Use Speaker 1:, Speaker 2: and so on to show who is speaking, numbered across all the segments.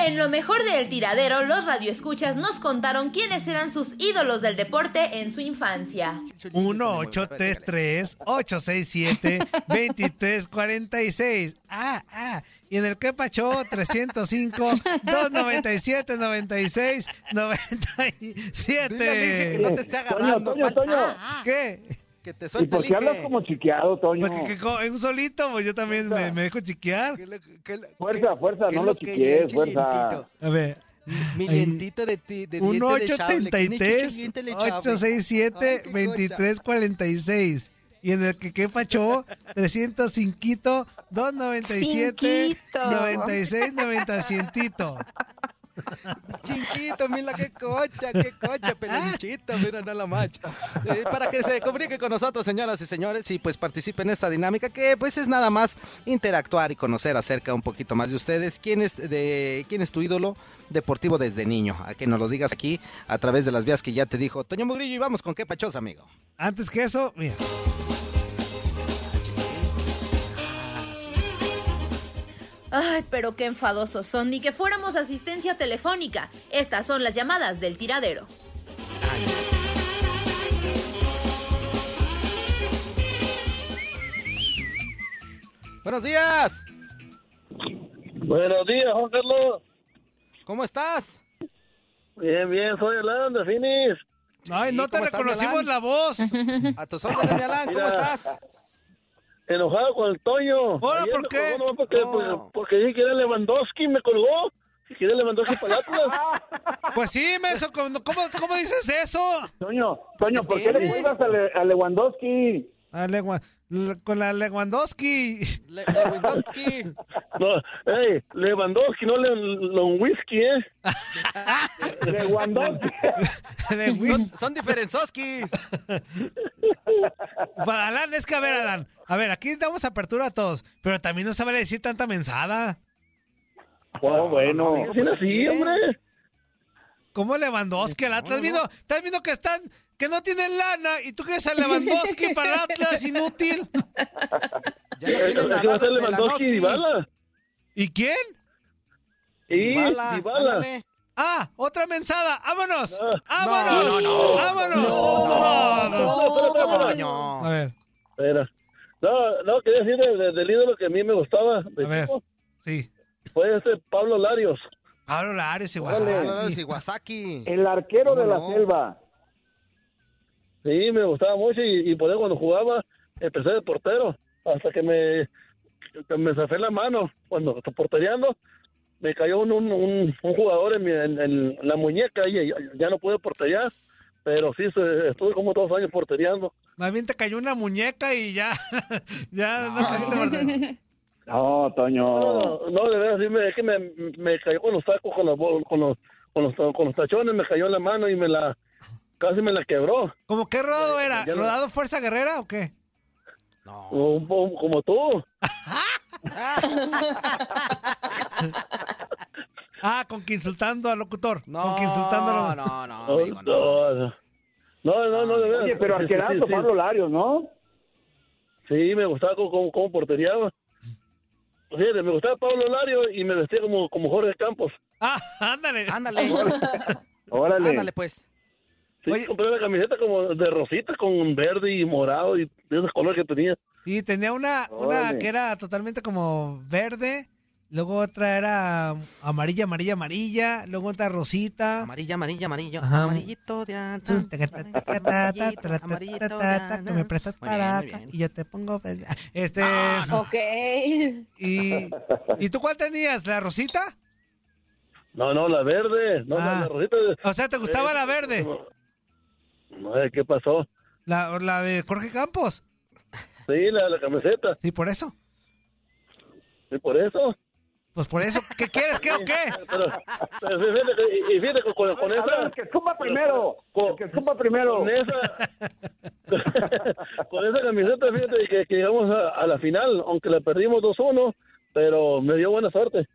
Speaker 1: En lo mejor del tiradero, los radioescuchas nos contaron quiénes eran sus ídolos del deporte en su infancia.
Speaker 2: Este, 1-833-867-2346. Ah, ah. Y en el que pachó, 305-297-96-97.
Speaker 3: no te esté agarrando.
Speaker 4: Toño,
Speaker 3: pal-
Speaker 4: Toño.
Speaker 3: Ah, ah,
Speaker 2: ¿Qué?
Speaker 3: que te suelte
Speaker 4: ¿Y por
Speaker 3: el
Speaker 4: qué hablas
Speaker 3: Ige.
Speaker 4: como chiqueado, Toño?
Speaker 2: Pues que, que co- en un solito, pues yo también me, me dejo chiquear.
Speaker 3: ¿Qué le- qué le-
Speaker 4: Fuerza,
Speaker 3: qué-
Speaker 4: fuerza,
Speaker 3: qué
Speaker 4: no
Speaker 3: es
Speaker 4: lo
Speaker 3: que
Speaker 4: chiquees,
Speaker 3: he hecho,
Speaker 4: fuerza.
Speaker 3: dientito?
Speaker 2: A ver.
Speaker 3: Mi
Speaker 2: Ay,
Speaker 3: dientito de ti, de diente de chable, que ni chichi, diente de chable. Ay, qué gocha.
Speaker 2: 1-833-867-2346. Y en el que quepa show, 305 297
Speaker 5: Cinquito.
Speaker 2: 96 90 cientito.
Speaker 3: Chinquito, mira qué cocha, qué cocha, pelanchita, mira no la macha. Eh, para que se comunique con nosotros, señoras y señores, y pues participen en esta dinámica que pues es nada más interactuar y conocer acerca un poquito más de ustedes. ¿Quién es de quién es tu ídolo deportivo desde niño? A que nos lo digas aquí a través de las vías que ya te dijo Toño Mugrillo y vamos con qué pachos, amigo.
Speaker 2: Antes que eso, mira.
Speaker 1: Ay, pero qué enfadosos son, ni que fuéramos asistencia telefónica. Estas son las llamadas del tiradero.
Speaker 3: Buenos días.
Speaker 6: Buenos días, Juan Carlos.
Speaker 3: ¿Cómo estás?
Speaker 6: Bien, bien, soy Alan de Phoenix.
Speaker 2: Ay, no te
Speaker 3: ¿cómo estás,
Speaker 2: reconocimos
Speaker 3: Alan?
Speaker 2: la voz.
Speaker 3: A tus órdenes, mi Alan, ¿cómo
Speaker 6: Mira.
Speaker 3: estás?
Speaker 6: Enojado con el Toño.
Speaker 2: Ahora,
Speaker 6: Ayer
Speaker 2: ¿por
Speaker 6: me
Speaker 2: qué?
Speaker 6: colgó nomás porque,
Speaker 3: No.
Speaker 6: porque- porque dije que era Lewandowski, me colgó. Que quería Lewandowski para el Atlas.
Speaker 2: Pues sí, Meso, ¿cómo, cómo- cómo dices eso?
Speaker 4: Toño, Toño, ¿por qué le
Speaker 3: tiene?
Speaker 4: cuelgas a, Le- a Lewandowski?
Speaker 2: A Lewa- le- con la Lewandowski.
Speaker 3: Le- Lewandowski.
Speaker 6: No, ey, Lewandowski, no le, Lewandowski, ¿eh?
Speaker 4: Lewandowski.
Speaker 2: De Win-
Speaker 3: Son, son diferenzoskis.
Speaker 2: Para Alan, Pues, es que a ver, Alan. A ver, aquí damos apertura a todos, pero también no se vale decir tanta mensada.
Speaker 6: Pues,
Speaker 4: Oh, bueno.
Speaker 6: ¿Por qué es así,
Speaker 3: ¿eh?
Speaker 6: hombre?
Speaker 2: ¿Cómo Lewandowski al Atlas? ¿Viendo, ¿Estás viendo que están, que no tienen lana y tú quieres a Lewandowski para el Atlas, inútil?
Speaker 3: Ya no
Speaker 6: Eh,
Speaker 3: tienen
Speaker 6: ese va a
Speaker 3: nada
Speaker 6: ser
Speaker 3: de
Speaker 6: Lewandowski y Dybala.
Speaker 2: ¿Y quién?
Speaker 6: Y
Speaker 3: Dybala,
Speaker 6: Dybala.
Speaker 3: ándale.
Speaker 2: Ah, otra mensada. ¡Vámonos!
Speaker 6: Ah, No,
Speaker 3: no,
Speaker 2: ¡Vámonos!
Speaker 3: no.
Speaker 2: ¡Vámonos!
Speaker 1: No,
Speaker 2: No, no.
Speaker 6: Espera, espera,
Speaker 3: Coño.
Speaker 2: A ver,
Speaker 6: espera. No, no, quería decir de- de- del ídolo que a mí me gustaba. de
Speaker 2: A ver.
Speaker 6: chico,
Speaker 2: sí.
Speaker 6: Fue este Pablo Larios.
Speaker 2: Pablo Lares y
Speaker 3: Pablo
Speaker 2: Guasave.
Speaker 3: Iwasaki.
Speaker 4: El arquero de la
Speaker 3: ¿Cómo no?
Speaker 4: selva.
Speaker 6: Sí, me gustaba mucho y, y por eso cuando jugaba empecé de portero hasta que me, que me zafé la mano cuando estaba portereando me cayó un, un, un- un jugador en, mi- en- en la muñeca y ya, ya no pude porterear pero sí se- estuve como dos años portereando
Speaker 2: Más bien te cayó una muñeca y ya. ya no, quisiste volver.
Speaker 4: No, Toño.
Speaker 2: Oh.
Speaker 6: No, no, de verdad, sí, me- es que me, me cayó con los tacos, con, las bol- con, los, con, los, con los tachones, me cayó en la mano y me la casi me la quebró.
Speaker 2: ¿Cómo qué rodado era?
Speaker 6: ya lo-
Speaker 2: ¿Rodado Fuerza Guerrera o qué?
Speaker 6: Un po- como tú.
Speaker 2: Ah, con que insultando al locutor. No, con que insultando al
Speaker 3: No, no,
Speaker 2: Oh,
Speaker 6: no, no, no, no, de verdad.
Speaker 4: Oye, pero al que era Pablo Larios, ¿no?
Speaker 6: Sí, me gustaba como, como, como portereaba. Fíjate, me gustaba Pablo Lario y me vestía como, como Jorge Campos.
Speaker 2: Ah, ándale.
Speaker 3: Ándale.
Speaker 4: Órale.
Speaker 3: Ándale, pues.
Speaker 6: Sí, compré una camiseta como de rosita con verde y morado y de esos colores que tenía.
Speaker 2: Y tenía una, una
Speaker 6: Órale.
Speaker 2: que era totalmente como verde, luego otra era amarilla, amarilla, amarilla, luego otra rosita.
Speaker 3: Amarilla, amarilla, amarilla.
Speaker 2: Ajá.
Speaker 3: Amarillito de
Speaker 2: Sí,
Speaker 3: antes.
Speaker 2: taca, taca, taca, taca, taca, taca,
Speaker 3: amarillito,
Speaker 2: taca, taca,
Speaker 3: ya,
Speaker 2: que me prestas
Speaker 3: Muy bien, muy
Speaker 2: para
Speaker 3: bien.
Speaker 2: y yo te pongo este
Speaker 5: Ok.
Speaker 2: y, ¿y tú cuál tenías la rosita
Speaker 6: No, no, la verde. No, la,
Speaker 2: Ah.
Speaker 6: la rosita. eh,
Speaker 2: o sea te gustaba la verde
Speaker 6: No, eh, ¿qué pasó?
Speaker 2: la, la de Jorge Campos
Speaker 6: Sí, la, la camiseta.
Speaker 2: sí por eso
Speaker 6: ¿Y por eso?
Speaker 2: pues por eso qué quieres qué o qué
Speaker 6: Pero, pero fíjate, que- y- y fíjate que con, con
Speaker 4: A ver,
Speaker 6: esa...
Speaker 4: el que escupa primero.
Speaker 6: Con,
Speaker 4: El que escupa primero.
Speaker 6: con esa... con esa camiseta, fíjate que, que llegamos a, a la final, aunque la perdimos 2-1, pero me dio buena suerte.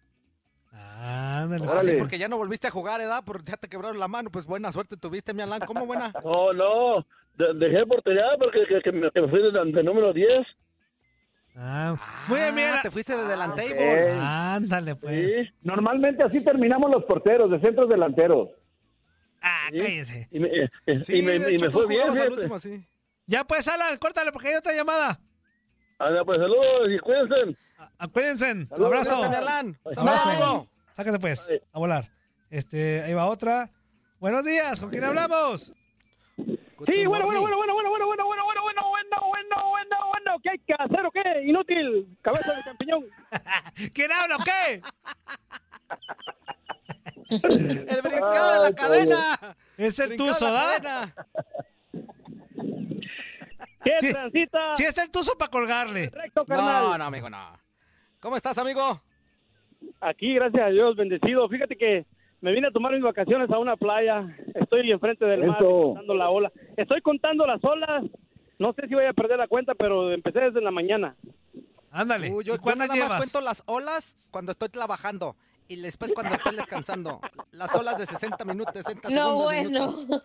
Speaker 2: Ándale. pues
Speaker 3: Ah, sí,
Speaker 6: Órale.
Speaker 3: porque ya no volviste a jugar, ¿edad? Porque ya te quebraron la mano. Pues buena suerte tuviste, mi Alan. ¿Cómo buena?
Speaker 6: No, no, de- dejé portería porque que, que me, que me fui de, de número 10.
Speaker 2: Ah, muy bien
Speaker 3: Ah,
Speaker 2: mira
Speaker 3: te fuiste de delantero.
Speaker 4: ok.
Speaker 2: ándale pues
Speaker 6: Sí,
Speaker 4: Normalmente así terminamos los porteros, de centros delanteros.
Speaker 2: ah cállese
Speaker 6: y me, eh, eh,
Speaker 3: Sí,
Speaker 6: y me,
Speaker 3: de
Speaker 6: y
Speaker 3: hecho,
Speaker 6: me
Speaker 3: tú
Speaker 6: fue bien.
Speaker 3: jugabas al
Speaker 6: fíjate.
Speaker 3: último, sí.
Speaker 2: ya pues Alan córtale porque hay otra llamada
Speaker 6: Anda, pues saludos y cuídense.
Speaker 2: Ah, cuídense
Speaker 6: Saludos,
Speaker 2: abrazo
Speaker 3: Cuídate, mi Alan.
Speaker 2: Abrazo.
Speaker 3: Saludos.
Speaker 2: Sácate pues, a volar. Este, ahí va otra. Buenos días, ¿con quién hablamos?
Speaker 7: Sí, bueno, bueno, bueno, bueno, bueno, bueno, bueno, bueno, bueno, bueno, bueno, bueno, bueno, bueno, ¿qué hay que hacer o qué? Inútil, cabeza de campiñón.
Speaker 2: ¿Quién habla o qué?
Speaker 3: El brincado de la
Speaker 6: Ay,
Speaker 3: cadena.
Speaker 2: ¿Es el
Speaker 3: Brincado de
Speaker 2: tuzo,
Speaker 3: la
Speaker 2: da?
Speaker 3: cadena.
Speaker 7: ¿Qué
Speaker 2: Sí.
Speaker 7: transita?
Speaker 2: Si es el tuzo para colgarle.
Speaker 7: Recto,
Speaker 3: No,
Speaker 7: carnal.
Speaker 3: no, amigo, no. ¿Cómo estás, amigo?
Speaker 7: Aquí, gracias a Dios, bendecido. Fíjate que me vine a tomar mis vacaciones a una playa. Estoy enfrente del mar,
Speaker 4: Eso.
Speaker 7: contando la ola. Estoy contando las olas. No sé si voy a perder la cuenta, pero empecé desde la mañana.
Speaker 2: Ándale.
Speaker 3: Uy, yo,
Speaker 2: ¿Y
Speaker 3: yo
Speaker 2: cuántas
Speaker 3: nada más
Speaker 2: llevas?
Speaker 3: cuento las olas cuando estoy trabajando y después cuando estoy descansando. Las olas de 60 minutos, 60
Speaker 5: No, bueno.
Speaker 3: segundos. minutos.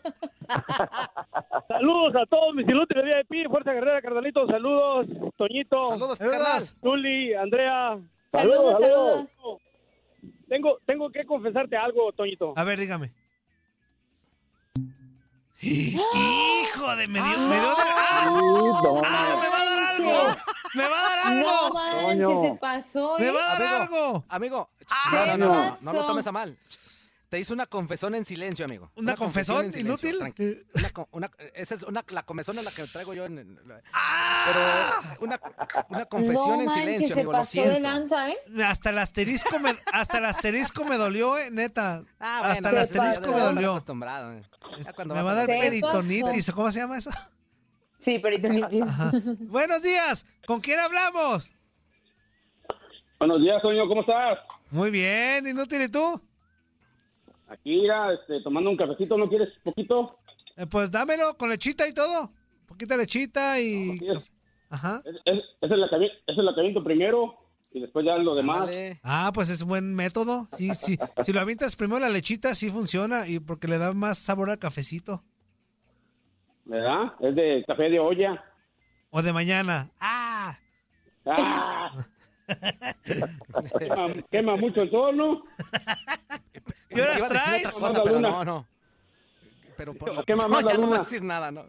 Speaker 7: Saludos a todos mis inútiles de VIP, Fuerza Guerrera, carnalito. Saludos, Toñito,
Speaker 3: Saludos,
Speaker 2: Saludos.
Speaker 3: Carlos.
Speaker 7: Tuli, Andrea.
Speaker 5: Saludos, saludos.
Speaker 7: Tengo, tengo que confesarte algo, Toñito.
Speaker 2: A ver, dígame. ¡Hijo de me dio, me dio de- ¡Ah!
Speaker 4: no.
Speaker 2: ¡Ah, me va a dar algo! ¡Me va a dar
Speaker 5: No
Speaker 2: algo!
Speaker 5: manches, se pasó.
Speaker 2: ¡Me
Speaker 5: ¿eh?
Speaker 2: va a dar
Speaker 3: Amigo,
Speaker 2: algo!
Speaker 3: Amigo,
Speaker 5: Ah,
Speaker 3: no, no, no, no,
Speaker 5: ¿qué
Speaker 3: no lo
Speaker 5: pasó?
Speaker 3: tomes a mal. Te hizo una confesón en silencio, amigo.
Speaker 2: ¿Una confesón
Speaker 3: en silencio,
Speaker 2: inútil?
Speaker 3: tranqui- una co- una- esa es una, la confesón es la que traigo yo en... en-
Speaker 2: ¡Ah!
Speaker 3: Pero una, una confesión
Speaker 5: no
Speaker 3: en
Speaker 5: manches,
Speaker 3: silencio,
Speaker 5: se
Speaker 3: amigo, lo
Speaker 5: pasó de
Speaker 3: siento.
Speaker 5: lanza, ¿eh?
Speaker 2: Hasta el asterisco me, hasta el asterisco me dolió, eh, neta.
Speaker 3: Ah,
Speaker 2: hasta el
Speaker 3: bueno,
Speaker 5: se
Speaker 2: asterisco me
Speaker 5: pasó.
Speaker 3: estás
Speaker 2: dolió.
Speaker 3: acostumbrado, eh. Ya cuando
Speaker 2: Me
Speaker 3: vas
Speaker 2: va a dar
Speaker 5: ver.
Speaker 2: peritonitis, ¿cómo se llama eso?
Speaker 5: Sí, peritonitis.
Speaker 2: Ajá. Buenos días, ¿con quién hablamos?
Speaker 4: Buenos días, Toño, ¿cómo estás?
Speaker 2: Muy bien, inútil, ¿y tú?
Speaker 4: Aquí, mira, este, tomando un cafecito, ¿no quieres poquito?
Speaker 2: Eh, pues dámelo con lechita y todo. Poquita lechita y. Ajá.
Speaker 4: Ese es, es el acabie- es el acabamiento primero y después ya lo demás.
Speaker 3: Ándale.
Speaker 2: Ah, pues es un buen método. Sí, sí. Si lo avientas primero la lechita, sí funciona y porque le da más sabor al cafecito.
Speaker 4: ¿Verdad? Es de café de olla.
Speaker 2: O de mañana. ¡Ah!
Speaker 4: ¡Ah! quema, quema mucho el sol, ¿no?
Speaker 2: ¿Qué
Speaker 3: Iba a
Speaker 2: horas
Speaker 3: decir otra
Speaker 2: traes?
Speaker 3: cosa,
Speaker 4: Más la
Speaker 3: pero
Speaker 4: luna.
Speaker 3: no, no. Pero por lo
Speaker 4: ¿Qué más,
Speaker 3: no,
Speaker 4: más la
Speaker 3: ya no voy a
Speaker 4: luna?
Speaker 3: decir nada, no.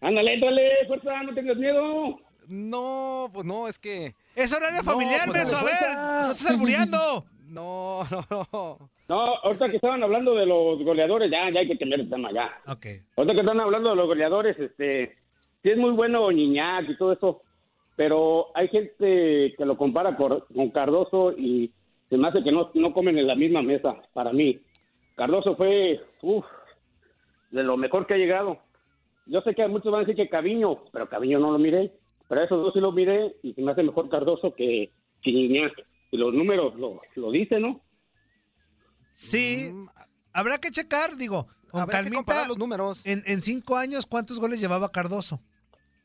Speaker 4: Ándale, éntrale, fuerza, no tengas miedo.
Speaker 3: No, pues no, es que
Speaker 2: Es horario
Speaker 3: No,
Speaker 2: familiar,
Speaker 3: pues,
Speaker 2: beso. A ver,
Speaker 4: fuerza.
Speaker 2: no estás albureando.
Speaker 3: no, no, no.
Speaker 4: No, ahorita que estaban hablando de los goleadores, ya, ya hay que cambiar el tema, ya.
Speaker 2: Ok.
Speaker 4: Ahorita que están hablando de los goleadores, este, sí es muy bueno Niñac y todo eso, pero hay gente que lo compara cor- con Cardoso y se me hace que no, no comen en la misma mesa, para mí. Cardoso fue, uff, de lo mejor que ha llegado. Yo sé que muchos van a decir que Caviño, pero Caviño no lo miré. Pero a esos dos sí lo miré y se me hace mejor Cardoso que, que Iñak. Y los números lo, lo dicen, ¿no?
Speaker 2: Sí,
Speaker 3: mm,
Speaker 2: habrá que checar, digo, con
Speaker 3: Habrá que
Speaker 2: calmita.
Speaker 3: comparar los números.
Speaker 2: En, en cinco años, ¿cuántos goles llevaba Cardoso?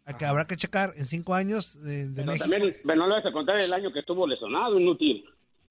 Speaker 2: A que habrá que checar en cinco años eh, de,
Speaker 4: Pero
Speaker 2: México.
Speaker 4: también pero no le vas a contar el año que estuvo lesionado, inútil.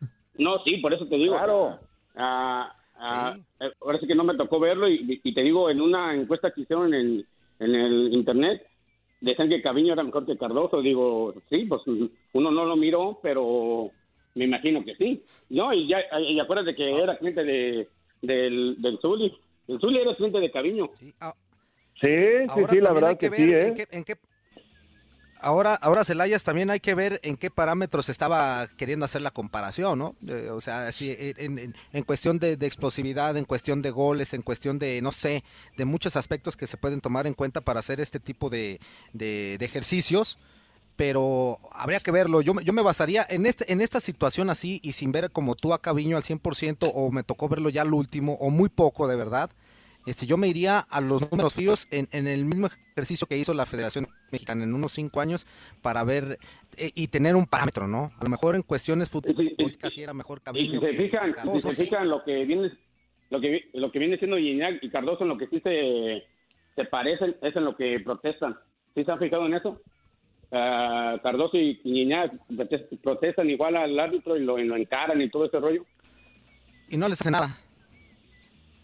Speaker 4: No, sí, por eso te digo. Claro. Ahora sí que no me tocó verlo y, y te digo, en una encuesta que hicieron en, en el internet, decían que Caviño era mejor que Cardoso. Digo, sí, pues uno no lo miró, pero me imagino que sí. No, y ya, y acuérdate que era cliente de, del, del Zuli. El Zuli era cliente de Caviño.
Speaker 6: Sí, sí,
Speaker 3: Ahora
Speaker 6: sí, la
Speaker 3: también
Speaker 6: verdad
Speaker 3: hay
Speaker 6: que,
Speaker 3: que
Speaker 6: sí,
Speaker 3: ver
Speaker 6: ¿eh?
Speaker 3: en qué- en qué- Ahora, ahora Celayas también hay que ver en qué parámetros estaba queriendo hacer la comparación, ¿no? Eh, o sea, si en, en- en cuestión de, de explosividad, en cuestión de goles, en cuestión de, no sé, de muchos aspectos que se pueden tomar en cuenta para hacer este tipo de, de- de ejercicios. Pero habría que verlo. Yo, me- yo me basaría en, este, en esta situación así y sin ver como tú a Caviño al 100% o me tocó verlo ya al último o muy poco de verdad. Este, yo me iría a los números fríos en, en el mismo ejercicio que hizo la Federación Mexicana en unos cinco años para ver eh, y tener un parámetro, ¿no? A lo mejor en cuestiones futbolísticas sí era mejor
Speaker 4: Y si
Speaker 3: Caviño.
Speaker 4: se
Speaker 3: que-
Speaker 4: fijan,
Speaker 3: que
Speaker 4: si
Speaker 3: Cardoso,
Speaker 4: se
Speaker 3: sí.
Speaker 4: fijan lo que viene, lo que vi- lo que viene siendo Guiñac y Cardoso en lo que sí se, se parecen, es en lo que protestan. ¿Sí se han fijado en eso? Ah, Cardoso y Guiñac protes- protestan igual al árbitro y lo, y lo encaran y todo ese rollo.
Speaker 3: Y no les hace nada.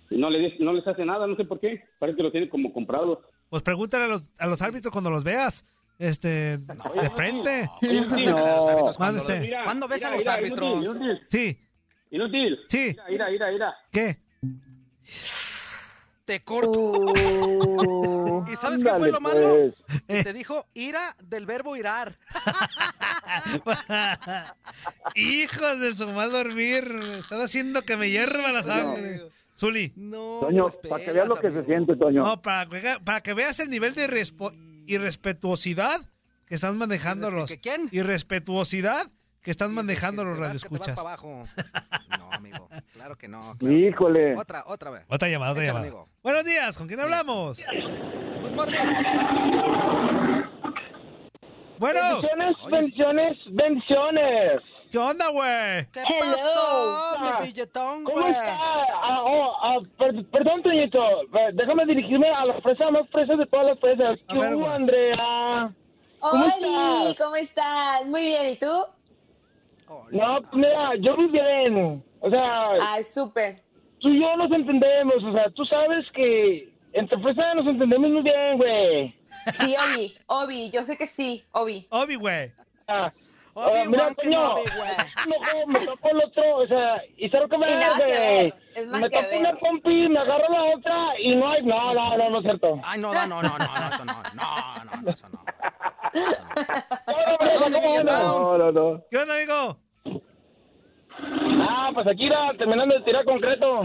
Speaker 4: Y no, le, dice- no les hace nada, no sé por qué. Parece que lo tienen como comprados.
Speaker 2: Pues pregúntale a los, a los árbitros cuando los veas. Este, de frente.
Speaker 4: Oye, sí.
Speaker 2: Pregúntale a los árbitros cuando
Speaker 4: Manda
Speaker 2: los-
Speaker 4: usted.
Speaker 3: ¿Cuándo ves
Speaker 4: Mira,
Speaker 3: a los
Speaker 4: mira,
Speaker 3: árbitros?
Speaker 4: Inútil, inútil.
Speaker 2: Sí.
Speaker 4: Inútil.
Speaker 2: Sí.
Speaker 4: Mira, mira, mira.
Speaker 2: ¿Qué?
Speaker 3: Te corto. ¿Y sabes qué
Speaker 6: Oh.
Speaker 3: fue
Speaker 6: Ándale,
Speaker 3: lo malo?
Speaker 6: pues.
Speaker 3: Que Te dijo ira del verbo irar.
Speaker 2: Hijos de su mal dormir. me Están haciendo que me hierva la sangre. Zuli.
Speaker 3: No, pues,
Speaker 6: Toño, para que veas lo que se siente, Toño.
Speaker 2: No, para, que, vea- para que veas el nivel de irrespo- irrespetuosidad que están manejando los.
Speaker 3: ¿Que quién?
Speaker 2: Irrespetuosidad que están manejando los
Speaker 3: Te vas que te vas
Speaker 2: radioescuchas.
Speaker 3: para abajo. No, amigo. Claro que no. claro.
Speaker 6: Híjole.
Speaker 3: Otra, otra vez.
Speaker 2: Otra llamada, otra
Speaker 3: Échale,
Speaker 2: llamada.
Speaker 3: amigo.
Speaker 2: Buenos días, ¿con quién hablamos?
Speaker 3: Good morning.
Speaker 2: Bueno,
Speaker 7: Bendiciones, bendiciones, bendiciones.
Speaker 2: ¿qué onda, güey?
Speaker 3: ¿Qué
Speaker 7: Hello.
Speaker 3: pasó,
Speaker 4: Ah.
Speaker 3: mi billetón,
Speaker 7: ¿Cómo
Speaker 3: güey?
Speaker 7: está? Ah, oh, ah, per- perdón, Toñito. eh, Déjame dirigirme a la fresa más fresa de todas las fresas.
Speaker 2: A ver,
Speaker 7: Chú,
Speaker 2: güey.
Speaker 7: Andrea. ¿Cómo
Speaker 5: Oli,
Speaker 7: estás?
Speaker 5: ¿cómo estás? Muy bien, ¿y tú?
Speaker 7: No, mira, yo muy bien. O sea,
Speaker 5: Ay, súper.
Speaker 7: tú y yo nos entendemos. O sea, tú sabes que entre fresas nos entendemos muy bien, güey.
Speaker 5: Sí, Obi, Obi, yo sé que sí, Obi.
Speaker 2: Obi, güey.
Speaker 7: Ah,
Speaker 3: Obi,
Speaker 6: eh,
Speaker 7: ah, mira,
Speaker 3: Juan, que no,
Speaker 7: Toño.
Speaker 3: Obi, güey.
Speaker 7: No, me topo el otro, o sea, y se lo que me
Speaker 5: Y nada que
Speaker 7: güey.
Speaker 5: ver, es más
Speaker 7: Me
Speaker 5: que
Speaker 7: topo
Speaker 5: ver.
Speaker 7: una compi, me agarro la otra y no hay, no, no, no, no es cierto.
Speaker 3: Ay, no, no, no, no, no, no, eso no, no, no, no, eso no.
Speaker 7: No, no, no, no, no.
Speaker 6: No, no, no.
Speaker 2: ¿Qué onda, amigo?
Speaker 7: Ah, pues aquí era terminando de tirar concreto.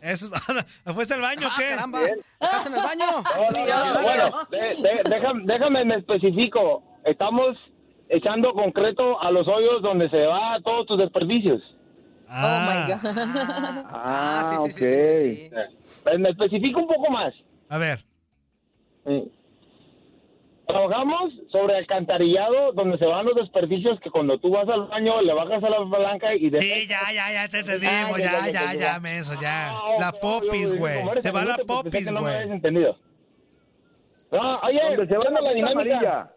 Speaker 2: Eso es- ah, ¿Fuiste al baño o
Speaker 3: Ah,
Speaker 2: qué?
Speaker 3: caramba. ¿Estás en el baño?
Speaker 7: No, no, no, no, bueno, de- de- déjame, déjame, me especifico. Estamos echando concreto a los hoyos donde se va todos tus desperdicios.
Speaker 2: Ah,
Speaker 5: Oh my God.
Speaker 3: Ah, sí, sí, sí,
Speaker 6: ok.
Speaker 3: sí, sí, sí.
Speaker 7: Eh, Me especifico un poco más.
Speaker 2: A ver.
Speaker 7: Eh, Trabajamos sobre alcantarillado donde se van los desperdicios que cuando tú vas al baño le bajas a la palanca y de
Speaker 2: Sí, ya, ya, ya te entendimos, ya, ya, ya, menso, ya.
Speaker 3: Ah,
Speaker 7: Ah,
Speaker 2: La popis, güey. Se va la popis, güey.
Speaker 7: entendido. No, oye,
Speaker 6: Donde se va
Speaker 7: entrando
Speaker 6: la
Speaker 7: a
Speaker 6: pista amarilla.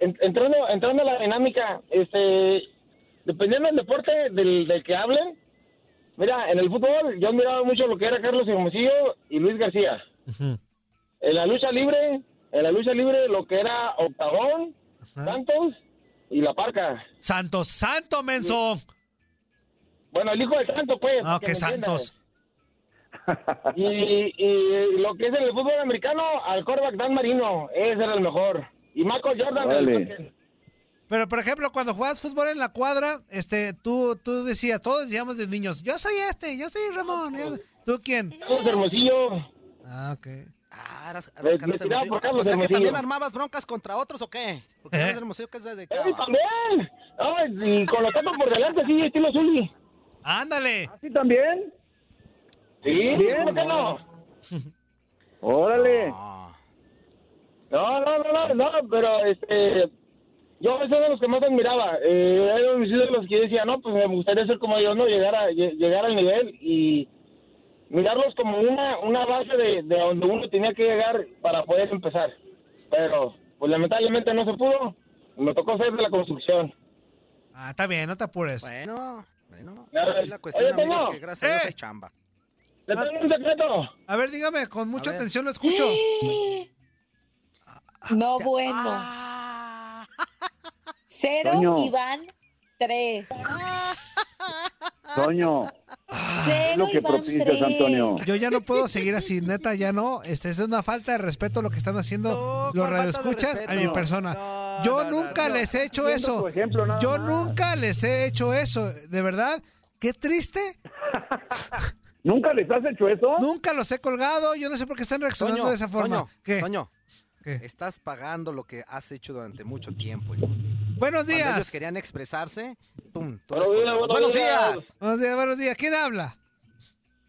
Speaker 7: En- entrando, entrando a la dinámica, este, dependiendo del deporte del, del que hablen, mira, en el fútbol yo miraba mucho lo que era Carlos Hermosillo y Luis García. En la lucha libre, en la lucha libre lo que era Octagón, Santos y La Parca.
Speaker 2: Santos, Santo, menso.
Speaker 7: Bueno, el hijo del santo, pues.
Speaker 2: Ah,
Speaker 7: que
Speaker 2: que
Speaker 7: me
Speaker 2: Santos.
Speaker 7: entiendas. Y, y lo que es en el fútbol americano, al quarterback Dan Marino, ese era el mejor. Y Michael Jordan. el
Speaker 2: Órale.
Speaker 7: mejor que-
Speaker 2: Pero, por ejemplo, cuando jugabas fútbol en la cuadra, este, tú, tú decías, todos decíamos de niños, yo soy este, yo soy Ramón. yo- ¿Tú quién?
Speaker 7: Carlos Hermosillo.
Speaker 2: Ah, ok.
Speaker 3: Ah,
Speaker 7: Eh,
Speaker 3: eras-
Speaker 2: Le-
Speaker 3: eras Carlos
Speaker 2: le tiraba por
Speaker 3: Hermosillo.
Speaker 2: Carlos
Speaker 3: o sea que
Speaker 2: Hermosillo.
Speaker 3: también armabas broncas contra otros o qué? Porque
Speaker 2: ¿Eh?
Speaker 3: Carlos Hermosillo que es de
Speaker 7: ¡Eh, también! Ay, y con los tapas por delante, sí, estilo Zully.
Speaker 2: ¡Ándale!
Speaker 6: ¿Así también?
Speaker 7: Sí,
Speaker 6: Bien.
Speaker 7: ¿por qué no?
Speaker 2: Ah.
Speaker 6: Órale.
Speaker 7: No, no, no, no, no, pero este. Yo soy de los que más admiraba. Eh, era uno de los que yo decía, no, pues me gustaría ser como ellos, ¿no? Llegar, a, lle- llegar al nivel y mirarlos como una, una base de, de donde uno tenía que llegar para poder empezar. Pero, pues lamentablemente no se pudo. Me tocó ser de la construcción.
Speaker 2: Ah, está bien, no te apures.
Speaker 3: Bueno, bueno.
Speaker 7: Ya ves.
Speaker 3: La cuestión,
Speaker 7: Oye,
Speaker 3: amigos,
Speaker 7: Toño.
Speaker 3: que gracias a Dios
Speaker 2: Eh.
Speaker 3: hay chamba.
Speaker 7: Le tengo un secreto.
Speaker 2: A ver, dígame, con mucha
Speaker 3: A ver.
Speaker 2: atención lo escucho.
Speaker 5: No, bueno. Cero
Speaker 6: Toño.
Speaker 5: y van tres.
Speaker 6: Toño, Ah, es lo
Speaker 5: Cero
Speaker 6: que
Speaker 5: y van
Speaker 6: propicias,
Speaker 5: tres.
Speaker 6: Antonio.
Speaker 2: Yo ya no puedo seguir así, neta, ya no. Este, es una falta de respeto lo que están haciendo los radioescuchas a mi persona. Yo nunca les he hecho
Speaker 6: Viendo
Speaker 2: eso.
Speaker 6: tu ejemplo nada
Speaker 2: Yo
Speaker 6: más.
Speaker 2: nunca les he hecho eso. De verdad, qué triste.
Speaker 6: ¿Nunca les has hecho eso?
Speaker 2: Nunca los he colgado. Yo no sé por qué están reaccionando
Speaker 3: Toño,
Speaker 2: de esa forma.
Speaker 3: Toño,
Speaker 2: ¿Qué?
Speaker 3: Toño, estás pagando lo que has hecho durante mucho tiempo. hijo.
Speaker 2: Buenos
Speaker 3: Cuando ellos
Speaker 2: días.
Speaker 3: querían expresarse, pum, tú
Speaker 8: Buenos
Speaker 3: les
Speaker 8: días,
Speaker 3: colgabas.
Speaker 8: buenos días.
Speaker 2: Buenos días, buenos días. ¿Quién habla?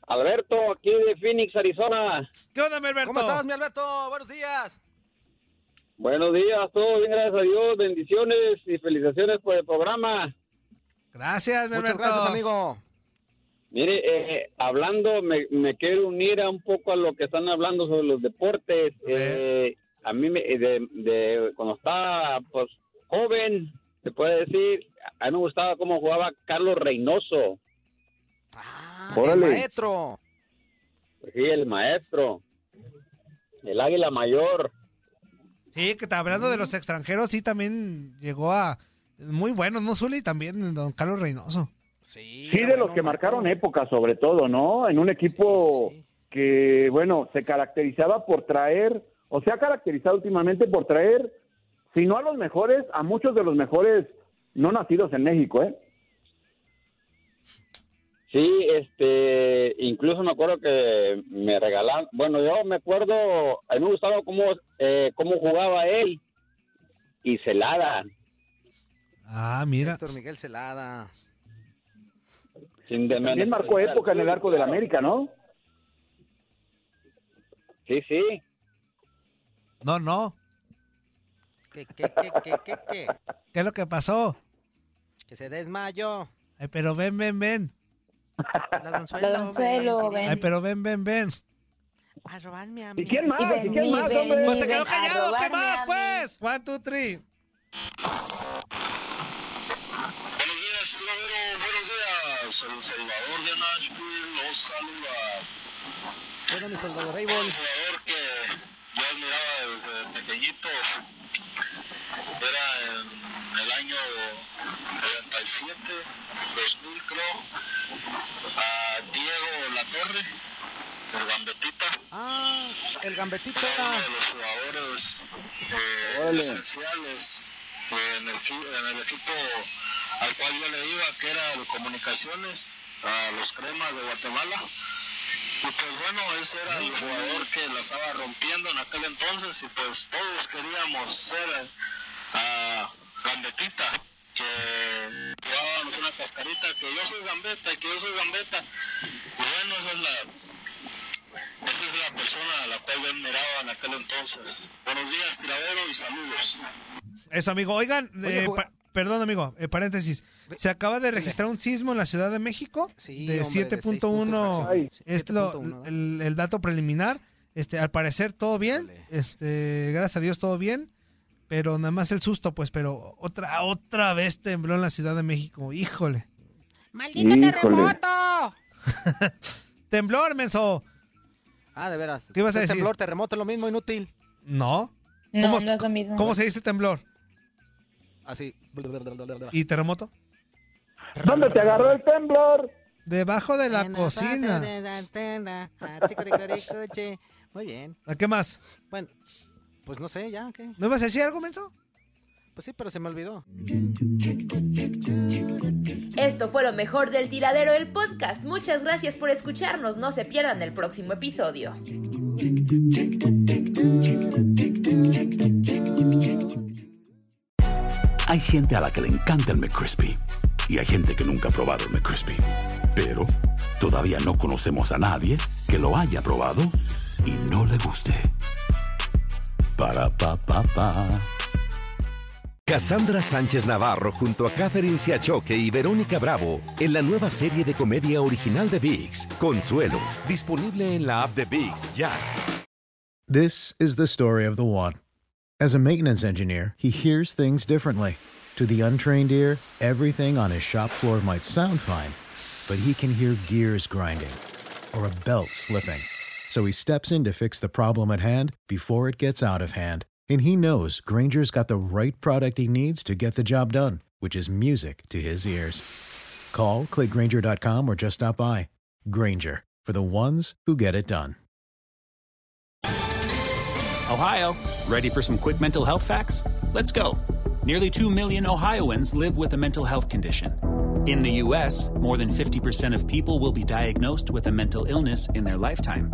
Speaker 8: Alberto, aquí de Phoenix, Arizona.
Speaker 2: ¿Qué onda, mi Alberto?
Speaker 3: ¿Cómo estás, mi Alberto? Buenos días.
Speaker 8: Buenos días, todo bien, gracias a Dios. Bendiciones y felicitaciones por el programa.
Speaker 2: Gracias, mi
Speaker 3: Muchas
Speaker 2: Alberto.
Speaker 3: gracias, amigo.
Speaker 8: Mire, eh, eh, hablando, me, me quiero unir a un poco a lo que están hablando sobre los deportes. Eh, a mí, me- de, de- cuando estaba pues, joven, se puede decir, a mí me gustaba cómo jugaba Carlos Reynoso.
Speaker 3: Ah, El maestro.
Speaker 8: Sí, el maestro. El águila mayor.
Speaker 2: Sí, que está hablando de los extranjeros, sí, también llegó a muy buenos, ¿no, Zuli? También don Carlos Reynoso.
Speaker 6: Sí, de los que marcaron época, sobre todo, ¿no? En un
Speaker 7: Oh.
Speaker 6: equipo que, bueno, se caracterizaba por traer, o se ha caracterizado últimamente por traer, si no a los mejores, a muchos de los mejores no nacidos en México, ¿eh?
Speaker 8: Sí, este, incluso me acuerdo que me regalaban, bueno, yo me acuerdo, a mí me gustaba cómo, eh, cómo jugaba él y Celada,
Speaker 2: Ah, mira.
Speaker 3: Héctor Miguel Celada.
Speaker 8: sin de-
Speaker 6: También marcó época en el arco del América, ¿no?
Speaker 8: Sí, sí.
Speaker 2: No, no.
Speaker 3: ¿Qué, qué, qué, qué, qué, qué?
Speaker 2: ¿Qué es lo que pasó?
Speaker 3: Que se desmayó.
Speaker 2: Ay, pero ven, ven, ven.
Speaker 3: Ladronzuelo.
Speaker 5: Ladronzuelo, ven.
Speaker 3: ven.
Speaker 2: Ay, pero ven, ven, ven.
Speaker 3: A robarme a
Speaker 6: ¿Y
Speaker 3: mí.
Speaker 6: quién más? ¿Y quién más,
Speaker 5: ven,
Speaker 6: hombre?
Speaker 2: Pues te quedó
Speaker 5: ven a
Speaker 2: callado, ¿qué
Speaker 5: robarme
Speaker 2: más,
Speaker 5: a mí.
Speaker 2: pues? One, two, three.
Speaker 9: El Salvador de Nashville los saluda.
Speaker 3: Bueno, mi soldado Raybol.
Speaker 9: jugador que yo admiraba desde pequeñito. Era en el año 97, 2000 creo, a Diego Latorre, el gambetita.
Speaker 3: Ah, el gambetito.
Speaker 9: Era uno de los jugadores eh,
Speaker 3: Órale.
Speaker 9: esenciales eh, en el, equi- en el equipo al cual yo le iba, que era el Comunicaciones, a los Cremas de Guatemala. Y pues bueno, ese era el jugador que la estaba rompiendo en aquel entonces y pues todos queríamos ser eh, a Gambetita, que jugábamos una cascarita, que yo soy Gambeta, que yo soy Gambeta. Y bueno, esa es la, esa es la una persona a la cual yo admiraba en aquel entonces. Buenos días, tiradero y saludos.
Speaker 2: Eso, amigo. Oigan,
Speaker 9: Oye,
Speaker 2: eh,
Speaker 9: juega-
Speaker 2: pa- perdón, amigo, eh, paréntesis. Se acaba de registrar un sismo en la Ciudad de México de
Speaker 3: hombre, de
Speaker 2: 7.1.
Speaker 3: seis punto
Speaker 2: Es lo- el, el dato preliminar. Este, al parecer todo bien. Este, gracias a Dios todo bien. Pero nada más el susto, pues, pero otra, otra vez tembló en la Ciudad de México. Híjole.
Speaker 10: ¡Maldito terremoto!
Speaker 2: ¡Temblor, menso!
Speaker 3: Ah, de veras.
Speaker 2: ¿Qué ibas a
Speaker 3: Es
Speaker 2: decir?
Speaker 3: Temblor, terremoto, lo mismo, inútil.
Speaker 2: No.
Speaker 3: No,
Speaker 2: ¿Cómo-
Speaker 3: no es lo mismo.
Speaker 2: ¿Cómo se dice temblor?
Speaker 3: Así.
Speaker 2: ¿Y terremoto?
Speaker 7: ¿Dónde te agarró el temblor?
Speaker 2: Debajo de la cocina.
Speaker 3: ah, Muy bien.
Speaker 2: ¿A qué más?
Speaker 3: Bueno, pues no sé, ya, ¿qué?
Speaker 2: ¿No ibas a decir algo, menso?
Speaker 3: Pues sí, pero se me olvidó.
Speaker 1: Esto fue lo mejor del tiradero del podcast. Muchas gracias por escucharnos. No se pierdan el próximo episodio.
Speaker 11: Hay gente a la que le encanta el McCrispy y hay gente que nunca ha probado el McCrispy. Pero todavía no conocemos a nadie que lo haya probado y no le guste. Para pa pa pa.
Speaker 12: Cassandra Sánchez Navarro junto a Catherine Siachoque y Verónica Bravo en la nueva serie de comedia original de VIX, Consuelo, disponible en la app de VIX ya.
Speaker 13: This is the story of the one. As a maintenance engineer, he hears things differently. To the untrained ear, everything on his shop floor might sound fine, but he can hear gears grinding or a belt slipping. So he steps in to fix the problem at hand before it gets out of hand. And he knows Granger's got the right product he needs to get the job done, which is music to his ears. Call, click Granger.com, or just stop by. Granger, for the ones who get it done.
Speaker 14: Ohio, ready for some quick mental health facts? Let's go. Nearly 2 million Ohioans live with a mental health condition. In the U.S., more than 50% of people will be diagnosed with a mental illness in their lifetime.